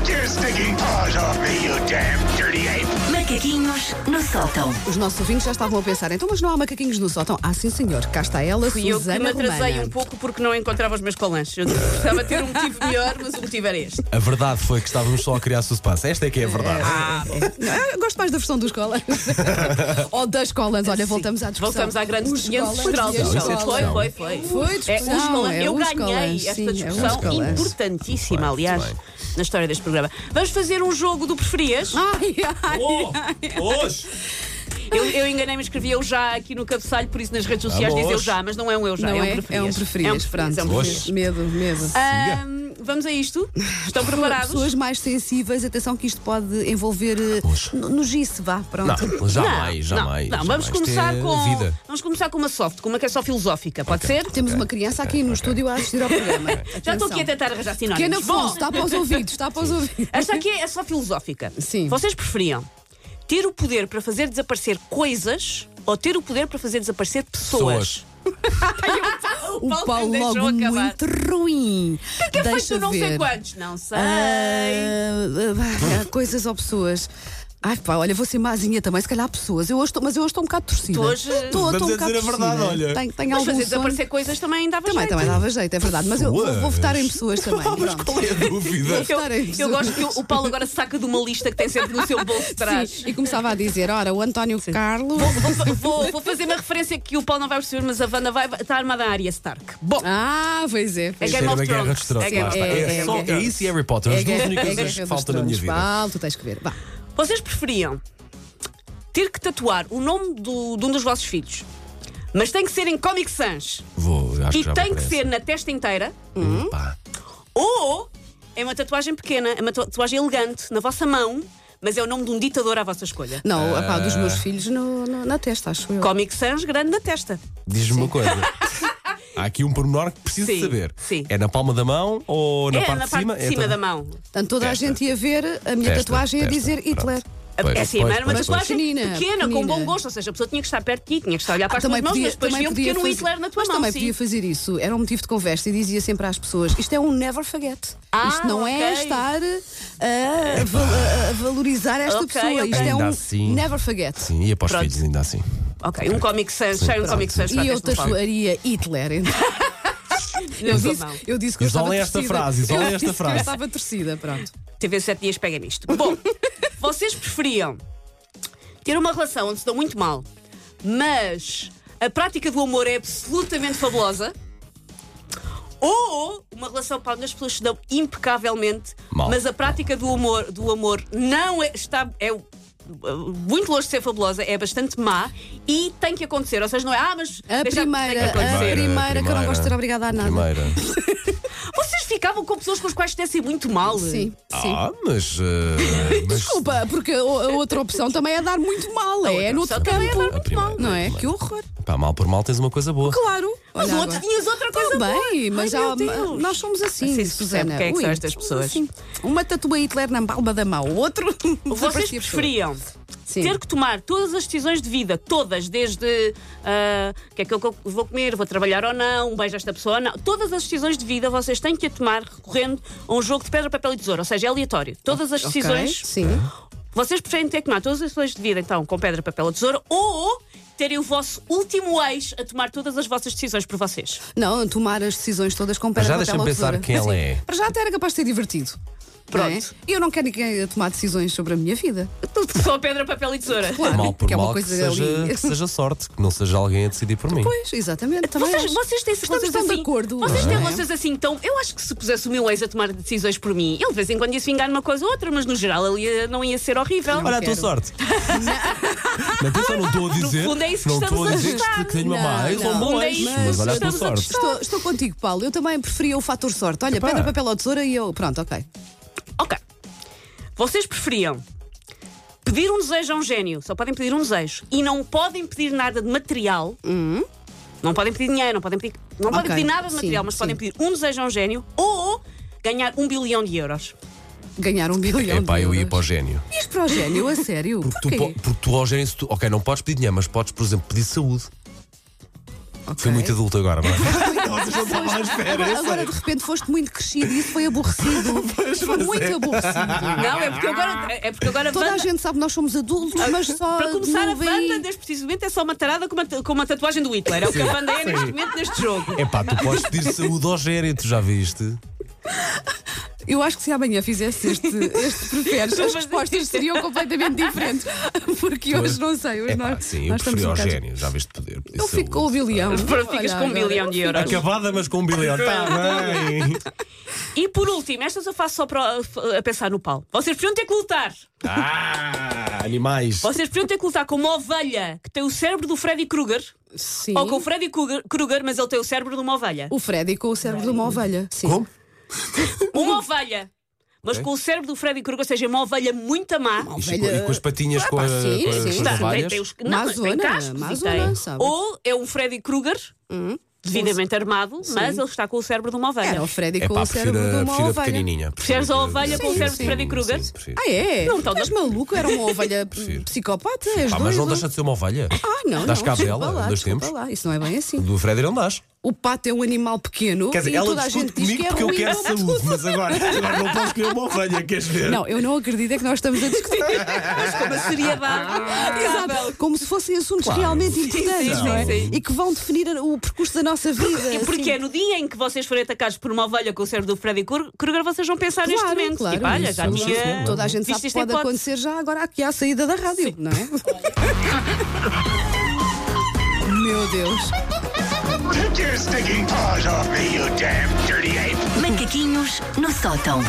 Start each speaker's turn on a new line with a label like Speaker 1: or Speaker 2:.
Speaker 1: Taking paws off me, you damn dirty ape!
Speaker 2: Macaquinhos no sótão.
Speaker 3: Os nossos ouvintes já estavam a pensar, então, mas não há macaquinhos no sótão? Ah, sim, senhor, cá está ela,
Speaker 4: Fui eu que
Speaker 3: Susana
Speaker 4: me atrasei
Speaker 3: Romana.
Speaker 4: um pouco porque não encontrava os meus colãs. Eu precisava ter um motivo melhor, mas o motivo era este.
Speaker 5: A verdade foi que estávamos só a criar suspense. Esta é que é a verdade.
Speaker 4: Ah, bom.
Speaker 3: Não, eu gosto mais da versão dos colãs. Ou das colãs, olha, voltamos à discussão.
Speaker 4: Voltamos à grande
Speaker 3: Os
Speaker 4: discussão
Speaker 3: colãs
Speaker 4: ancestral.
Speaker 3: e as
Speaker 5: Não, isso
Speaker 3: colãs.
Speaker 5: é
Speaker 4: Foi,
Speaker 5: discussão.
Speaker 4: foi, foi.
Speaker 3: Foi discussão,
Speaker 4: É, os colãs.
Speaker 3: é
Speaker 4: eu
Speaker 3: os
Speaker 4: ganhei
Speaker 3: colãs,
Speaker 4: esta
Speaker 3: sim, é os
Speaker 4: discussão
Speaker 3: colãs.
Speaker 4: importantíssima,
Speaker 5: Muito bem,
Speaker 4: aliás,
Speaker 5: muito
Speaker 4: na história deste programa. Vamos fazer um jogo do preferias.
Speaker 3: Ai, ai,
Speaker 4: Oh!
Speaker 5: hoje!
Speaker 4: Eu, eu enganei-me, escrevia eu já aqui no cabeçalho, por isso nas redes sociais
Speaker 5: Vamos.
Speaker 4: diz eu já, mas não é um eu já,
Speaker 3: não
Speaker 4: é um
Speaker 3: é?
Speaker 4: preferias.
Speaker 3: preferias, pronto.
Speaker 4: é um
Speaker 5: Oxe.
Speaker 4: preferias. Ah.
Speaker 3: Medo, medo.
Speaker 4: Ahm, vamos a isto? Estão preparados?
Speaker 3: Pessoas mais sensíveis, atenção que isto pode envolver eh,
Speaker 5: Poxa.
Speaker 3: no, no giz, vá, pronto.
Speaker 5: Não, jamais,
Speaker 4: não,
Speaker 5: jamais.
Speaker 4: Não, vamos
Speaker 5: jamais.
Speaker 4: começar
Speaker 5: Isto é
Speaker 4: com.
Speaker 5: Vida.
Speaker 4: Vamos começar com uma soft, com uma que é só filosófica, pode ser?
Speaker 3: Temos uma criança aqui no estúdio a assistir ao programa.
Speaker 4: Já estou
Speaker 3: Atenção.
Speaker 4: aqui a tentar arranjar
Speaker 3: Que
Speaker 4: sinónimos.
Speaker 3: Ana
Speaker 4: Bom,
Speaker 3: Afonso, está para os ouvidos, está para os ouvidos.
Speaker 4: esta aqui é só filosófica.
Speaker 3: Sim.
Speaker 4: Vocês preferiam ter o poder para fazer desaparecer coisas ou ter o poder para fazer desaparecer pessoas?
Speaker 5: Pessoas.
Speaker 3: O
Speaker 4: Paulo
Speaker 3: pau
Speaker 4: me deixou
Speaker 3: logo
Speaker 4: acabar.
Speaker 3: muito ruim.
Speaker 4: Que é feito
Speaker 3: Deixa
Speaker 4: não sei
Speaker 3: ver.
Speaker 4: quantos? Não sei.
Speaker 3: Ah, ah, coisas ou pessoas. Ai pá, olha, vou ser mazinha também, se calhar pessoas. Eu hoje estou, mas eu hoje estou um bocado torcida.
Speaker 4: Tu hoje-
Speaker 3: estou, estou um
Speaker 5: Vamos a
Speaker 3: bocado
Speaker 5: dizer a
Speaker 3: torcida.
Speaker 5: verdade, olha.
Speaker 3: Tenho, tenho
Speaker 4: Mas
Speaker 3: algum
Speaker 4: fazer
Speaker 3: sono.
Speaker 4: desaparecer coisas também dava
Speaker 3: Também,
Speaker 4: jeito.
Speaker 3: também dava jeito, é verdade. Mas eu vou, vou
Speaker 5: Pessoas.
Speaker 3: votar em pessoas também.
Speaker 5: Mas
Speaker 3: pronto.
Speaker 5: qual é a dúvida?
Speaker 4: Eu,
Speaker 3: Estarei
Speaker 4: eu gosto que o- o Paulo agora se saca de uma lista que tem sempre no seu bolso de trás.
Speaker 3: Sim, e começava a dizer: ora, o António Carlos.
Speaker 4: Vou, fa- vou- vou fazer uma referência que o Paulo não vai perceber, mas a Wanda vai estar armada à área Stark. Bom,
Speaker 3: Ah, pois é.
Speaker 4: É
Speaker 3: Pois
Speaker 4: Game
Speaker 5: Isto era
Speaker 4: of
Speaker 5: uma guerra
Speaker 4: Thrones.
Speaker 5: de tronos.
Speaker 4: É Game
Speaker 5: lá
Speaker 4: of
Speaker 5: está.
Speaker 3: Thrones.
Speaker 5: É só- é isso e Harry Potter. As duas
Speaker 4: é
Speaker 3: é
Speaker 5: únicas coisas que faltam na minha vida.
Speaker 3: Paulo, tu tens que ver. Vá.
Speaker 4: Vocês preferiam ter que tatuar o nome do- de um dos vossos filhos, mas tem que ser em Comic Sans
Speaker 5: Vou, acho
Speaker 4: e
Speaker 5: já
Speaker 4: tem
Speaker 5: vou
Speaker 4: que
Speaker 5: para
Speaker 4: ser um.
Speaker 5: essa.
Speaker 4: na testa inteira,
Speaker 5: Hum, pá.
Speaker 4: ou é uma tatuagem pequena, é uma tatuagem elegante na vossa mão, mas é o nome de um ditador à vossa escolha.
Speaker 3: Não,
Speaker 5: Ah.
Speaker 3: pá, dos meus filhos no- no- na testa, acho eu.
Speaker 4: Comic Sans grande na testa.
Speaker 5: Diz-me uma coisa. Há aqui um pormenor que preciso
Speaker 4: Sim,
Speaker 5: saber.
Speaker 4: sim.
Speaker 5: É na palma da mão ou na
Speaker 4: é
Speaker 5: parte
Speaker 4: na
Speaker 5: de
Speaker 4: parte
Speaker 5: cima?
Speaker 4: de cima da mão.
Speaker 3: Portanto, toda
Speaker 5: Testa.
Speaker 3: a gente ia ver a minha tatuagem e ia dizer Hitler.
Speaker 4: é assim, mas era uma tatuagem
Speaker 3: pois. Pequenina,
Speaker 4: pequena, com
Speaker 3: pequenina. Ah,
Speaker 4: bom gosto, ou seja, a pessoa tinha que estar perto de ti, tinha que estar a olhar para as tuas mãos, mas depois via um pequeno Hitler na tua
Speaker 3: mas
Speaker 4: mão.
Speaker 3: também
Speaker 4: sim.
Speaker 3: podia fazer isso. Era um motivo de conversa e dizia sempre às pessoas: isto é um never forget.
Speaker 4: Ah,
Speaker 3: isto não é
Speaker 4: ok.
Speaker 3: estar a, a val- a- a valorizar esta
Speaker 4: Ok,
Speaker 3: pessoa.
Speaker 4: ok.
Speaker 3: Isto é
Speaker 5: Ainda
Speaker 3: um
Speaker 5: assim.
Speaker 3: never forget.
Speaker 5: Sim, ia para os
Speaker 4: Pronto.
Speaker 5: filhos, ainda assim.
Speaker 4: Ok, um Comic Sans, sai um Comic Sans para a
Speaker 3: E eu
Speaker 4: testa do Paulo.
Speaker 3: tatuaria Hitler. então.
Speaker 4: Na
Speaker 3: Eu
Speaker 4: tua
Speaker 3: disse,
Speaker 4: mão.
Speaker 3: eu disse que eu estava
Speaker 5: Isolem esta
Speaker 3: torcida.
Speaker 5: frase,
Speaker 3: Eu
Speaker 5: isolem
Speaker 3: disse
Speaker 5: esta
Speaker 3: que eu
Speaker 5: frase.
Speaker 3: estava torcida, pronto.
Speaker 4: TV 7 dias pega nisto. Bom, vocês preferiam ter uma relação onde se dão muito mal, mas a prática do amor é absolutamente fabulosa? Ou uma relação para onde as pessoas se dão impecavelmente,
Speaker 5: Mal.
Speaker 4: mas a prática do amor, do amor não é, está, é uh, muito longe de ser fabulosa, é bastante má e tem que acontecer. Ou seja, não é, ah, mas
Speaker 3: A
Speaker 4: deixa- tem que
Speaker 3: primeira, a
Speaker 4: acontecer."
Speaker 3: primeira, que eu não gosto de ser obrigada a nada.
Speaker 5: Primeira.
Speaker 4: Vocês ficavam com pessoas com as quais se dessem muito mal?
Speaker 3: Sim, sim.
Speaker 5: Ah, mas. eh, mas-
Speaker 3: Desculpa, porque a a outra opção também é dar muito mal.
Speaker 4: outra
Speaker 3: É no outro
Speaker 4: opção também é
Speaker 3: campo.
Speaker 4: dar
Speaker 5: muito A primeira, mal.
Speaker 3: Não é?
Speaker 5: primeira.
Speaker 3: Que horror.
Speaker 5: Pá, mal por mal tens uma coisa boa.
Speaker 3: Claro.
Speaker 4: Mas
Speaker 3: Olha
Speaker 4: outro
Speaker 3: agora.
Speaker 4: tinhas outra coisa
Speaker 3: Tá bem,
Speaker 4: boa.
Speaker 3: mas
Speaker 4: Ai,
Speaker 3: já
Speaker 4: meu Deus.
Speaker 3: nós somos assim,
Speaker 4: Sim, se percebe
Speaker 3: Susana.
Speaker 4: quem é que são
Speaker 3: Ui,
Speaker 4: estas
Speaker 3: somos
Speaker 4: pessoas.
Speaker 3: assim. Uma tatua Hitler na palma da mão, outro.
Speaker 4: Vocês
Speaker 3: desaparecia a pessoa.
Speaker 4: preferiam
Speaker 3: Sim.
Speaker 4: ter que tomar todas as decisões de vida, todas, desde ah, o que é que eu vou comer, vou trabalhar ou não, um beijo a esta pessoa ou não. Todas as decisões de vida vocês têm que a tomar recorrendo a um jogo de pedra, papel e tesoura, ou seja, é aleatório. Todas as
Speaker 3: Ok,
Speaker 4: decisões.
Speaker 3: Sim.
Speaker 4: Vocês preferem ter que tomar todas as decisões de vida, então, com pedra, papel e tesoura, ou terem o vosso último ex a tomar todas as vossas decisões por vocês?
Speaker 3: Não, tomar as decisões todas com pedra
Speaker 5: já
Speaker 3: papel
Speaker 5: deixa-me
Speaker 3: ou
Speaker 5: pensar
Speaker 3: tesoura.
Speaker 5: quem ela
Speaker 3: Sim.
Speaker 5: é.
Speaker 3: Para já até era capaz de ser divertido.
Speaker 4: Pronto.
Speaker 3: Não é? E eu não quero ninguém a tomar decisões sobre a minha vida.
Speaker 4: Só pedra, papel e tesoura.
Speaker 3: Claro,
Speaker 5: Mal por
Speaker 3: que é uma
Speaker 5: mal que
Speaker 3: coisa
Speaker 5: seja,
Speaker 3: ali.
Speaker 5: que seja sorte, que não seja alguém a decidir por mim.
Speaker 3: Pois, exatamente. Também
Speaker 4: Vocês,
Speaker 3: acho.
Speaker 4: vocês têm
Speaker 3: Estamos
Speaker 4: relações
Speaker 3: tão
Speaker 4: assim,
Speaker 3: de acordo.
Speaker 4: Vocês têm
Speaker 3: não é?
Speaker 4: relações assim tão. Eu acho que se pusesse o meu ex a tomar decisões por mim, ele de vez em quando ia se vingar numa coisa ou outra, mas no geral ele ia- não ia ser horrível.
Speaker 5: Olha a tua
Speaker 3: quero.
Speaker 5: sorte. Não, atenção, não estou a dizer.
Speaker 4: fundo é isso que
Speaker 5: não estou
Speaker 4: estamos
Speaker 5: a
Speaker 4: a
Speaker 5: dizer que
Speaker 4: testar.
Speaker 5: tenho uma
Speaker 3: Não,
Speaker 5: má ex ou um
Speaker 3: não.
Speaker 5: bom
Speaker 4: Fundo é
Speaker 5: ex,
Speaker 4: isso
Speaker 5: mas
Speaker 4: que
Speaker 5: olha a tua
Speaker 4: estamos a
Speaker 5: sorte.
Speaker 3: Estou, estou contigo, Paulo. Eu também preferia o fator sorte. Olha,
Speaker 5: Epá.
Speaker 3: pedra, papel ou tesoura e eu. Pronto, ok.
Speaker 4: Ok. Vocês preferiam pedir um desejo a um gênio, só podem pedir um desejo, e não podem pedir nada de material. Não podem pedir dinheiro, não podem pedir, não
Speaker 3: Hum?
Speaker 4: podem
Speaker 3: Ok,
Speaker 4: pedir nada de
Speaker 3: sim,
Speaker 4: material, mas
Speaker 3: sim.
Speaker 4: podem pedir um desejo a um gênio ou ganhar um bilhão de euros.
Speaker 3: Ganhar um bilhão.
Speaker 5: É pá,
Speaker 3: de
Speaker 5: eu ia
Speaker 3: euros.
Speaker 5: para o gênio.
Speaker 3: Ias para o gênio, a sério.
Speaker 5: Porque tu,
Speaker 3: Porquê?
Speaker 5: po- porque tu ao gênio, se tu- ok, não podes pedir dinheiro, mas podes, por exemplo, pedir saúde.
Speaker 3: Ok.
Speaker 5: Fui muito adulto agora, mas.
Speaker 3: Agora, agora, de repente foste muito crescido e isso foi aborrecido. foi muito
Speaker 5: é.
Speaker 3: aborrecido.
Speaker 4: Não, é porque agora. É porque agora
Speaker 3: Ah. Toda a
Speaker 4: Wanda-
Speaker 3: gente sabe que nós somos adultos,
Speaker 5: Ah,
Speaker 3: mas só.
Speaker 4: Para começar, a
Speaker 3: nuvem.
Speaker 4: Wanda, neste precisamente, é só uma tarada com uma, ta- com uma tatuagem do Hitler. É o que a Wanda é neste momento neste jogo.
Speaker 5: É pá, tu podes pedir saúde ao Géreto, já viste?
Speaker 3: Eu acho que se amanhã fizesse este, este preferes, as
Speaker 4: Mas
Speaker 3: respostas
Speaker 4: isto-
Speaker 3: seriam completamente diferentes. Porque hoje não sei, hoje
Speaker 5: É pá,
Speaker 3: nós.
Speaker 5: sim, eu
Speaker 3: nós estamos
Speaker 5: preferi
Speaker 3: um
Speaker 5: ao
Speaker 3: bocado-
Speaker 5: gênio, já viste poder. pedir
Speaker 3: Eu
Speaker 5: saúde.
Speaker 3: fico com o bilhão.
Speaker 4: Para
Speaker 3: Olha,
Speaker 4: ficas com um
Speaker 3: agora.
Speaker 4: bilhão de euros.
Speaker 5: Acabada, mas com um bilhão. Tá bem.
Speaker 4: E por último, estas eu faço só para, a pensar no Paulo. Vocês podiam ter que lutar.
Speaker 5: Ah, animais.
Speaker 4: Vocês podiam ter que lutar com uma ovelha que tem o cérebro do Freddy Krueger.
Speaker 3: Sim.
Speaker 4: Ou com o Freddy Krueger, Krueger, mas ele tem o cérebro de uma ovelha.
Speaker 3: O Freddy com o cérebro de uma ovelha. Sim.
Speaker 5: Como?
Speaker 4: Uma ovelha! Mas
Speaker 5: Ok.
Speaker 4: com o cérebro do Freddy Krueger, ou seja, uma ovelha muito má.
Speaker 5: E
Speaker 3: Ovelha-
Speaker 5: com- E com as patinhas com, a,
Speaker 3: Ah, sim,
Speaker 5: com, a,
Speaker 3: sim.
Speaker 5: com
Speaker 3: Tá,
Speaker 5: as
Speaker 4: tem,
Speaker 5: ovelhas?
Speaker 4: tem os, não, mas tem
Speaker 3: Mazona,
Speaker 4: cascos e
Speaker 3: mazona,
Speaker 4: tem.
Speaker 3: sabe?
Speaker 4: Ou é um Freddy Krueger, devidamente armado, mas ele está com o cérebro de uma ovelha.
Speaker 3: Era o Freddy
Speaker 5: É
Speaker 3: com
Speaker 5: pá,
Speaker 3: o
Speaker 5: prefiro,
Speaker 3: cérebro de
Speaker 5: a-
Speaker 3: uma
Speaker 5: prefiro a
Speaker 3: ovelha.
Speaker 5: pequenininha.
Speaker 4: Preferes a ovelha com o cérebro de Freddy Krueger?
Speaker 3: Ah, é?
Speaker 4: Não,
Speaker 3: Não,
Speaker 4: então-
Speaker 3: estás maluco? Era uma ovelha
Speaker 5: Prefiro.
Speaker 3: psicopata? és
Speaker 5: Pá, Ah, mas não
Speaker 3: doido?
Speaker 5: deixa de ser uma ovelha.
Speaker 3: Ah, não,
Speaker 5: Das
Speaker 3: não.
Speaker 5: cá
Speaker 3: desculpa
Speaker 5: dela,
Speaker 3: lá,
Speaker 5: dos
Speaker 3: desculpa
Speaker 5: tempos.
Speaker 3: lá, Isso não é bem assim.
Speaker 5: Do Freddy não dás.
Speaker 3: O pato é um animal pequeno
Speaker 5: Quer dizer,
Speaker 3: e
Speaker 5: ela
Speaker 3: toda a gente
Speaker 5: discute
Speaker 3: diz que
Speaker 5: comigo
Speaker 3: é
Speaker 5: porque eu
Speaker 3: ruim.
Speaker 5: quero saúde, mas agora, agora não posso escolher uma ovelha, queres ver?
Speaker 3: Não, eu não acredito é que nós estamos a discutir.
Speaker 4: Mas com uma seriedade.
Speaker 3: Exato, como se fossem assuntos realmente importantes,
Speaker 5: sim,
Speaker 3: não é?
Speaker 4: sim.
Speaker 3: E que vão definir o percurso da nossa vida.
Speaker 4: E porque é no dia em que vocês forem atacados por uma ovelha com o cérebro do Freddy Kru- Krueger, vocês vão pensar
Speaker 3: Claro,
Speaker 4: neste momento.
Speaker 3: claro,
Speaker 4: tipo, olha,
Speaker 3: isso, é
Speaker 4: já tinha.
Speaker 3: Toda a gente
Speaker 4: visto
Speaker 3: sabe que
Speaker 5: é
Speaker 4: isto em
Speaker 3: pode
Speaker 4: hipótese.
Speaker 3: acontecer já agora aqui à saída da rádio, não é? Meu Deus.
Speaker 1: Take your stinking paws off me, you damn dirty ape!
Speaker 2: Macaquinhos no sótão.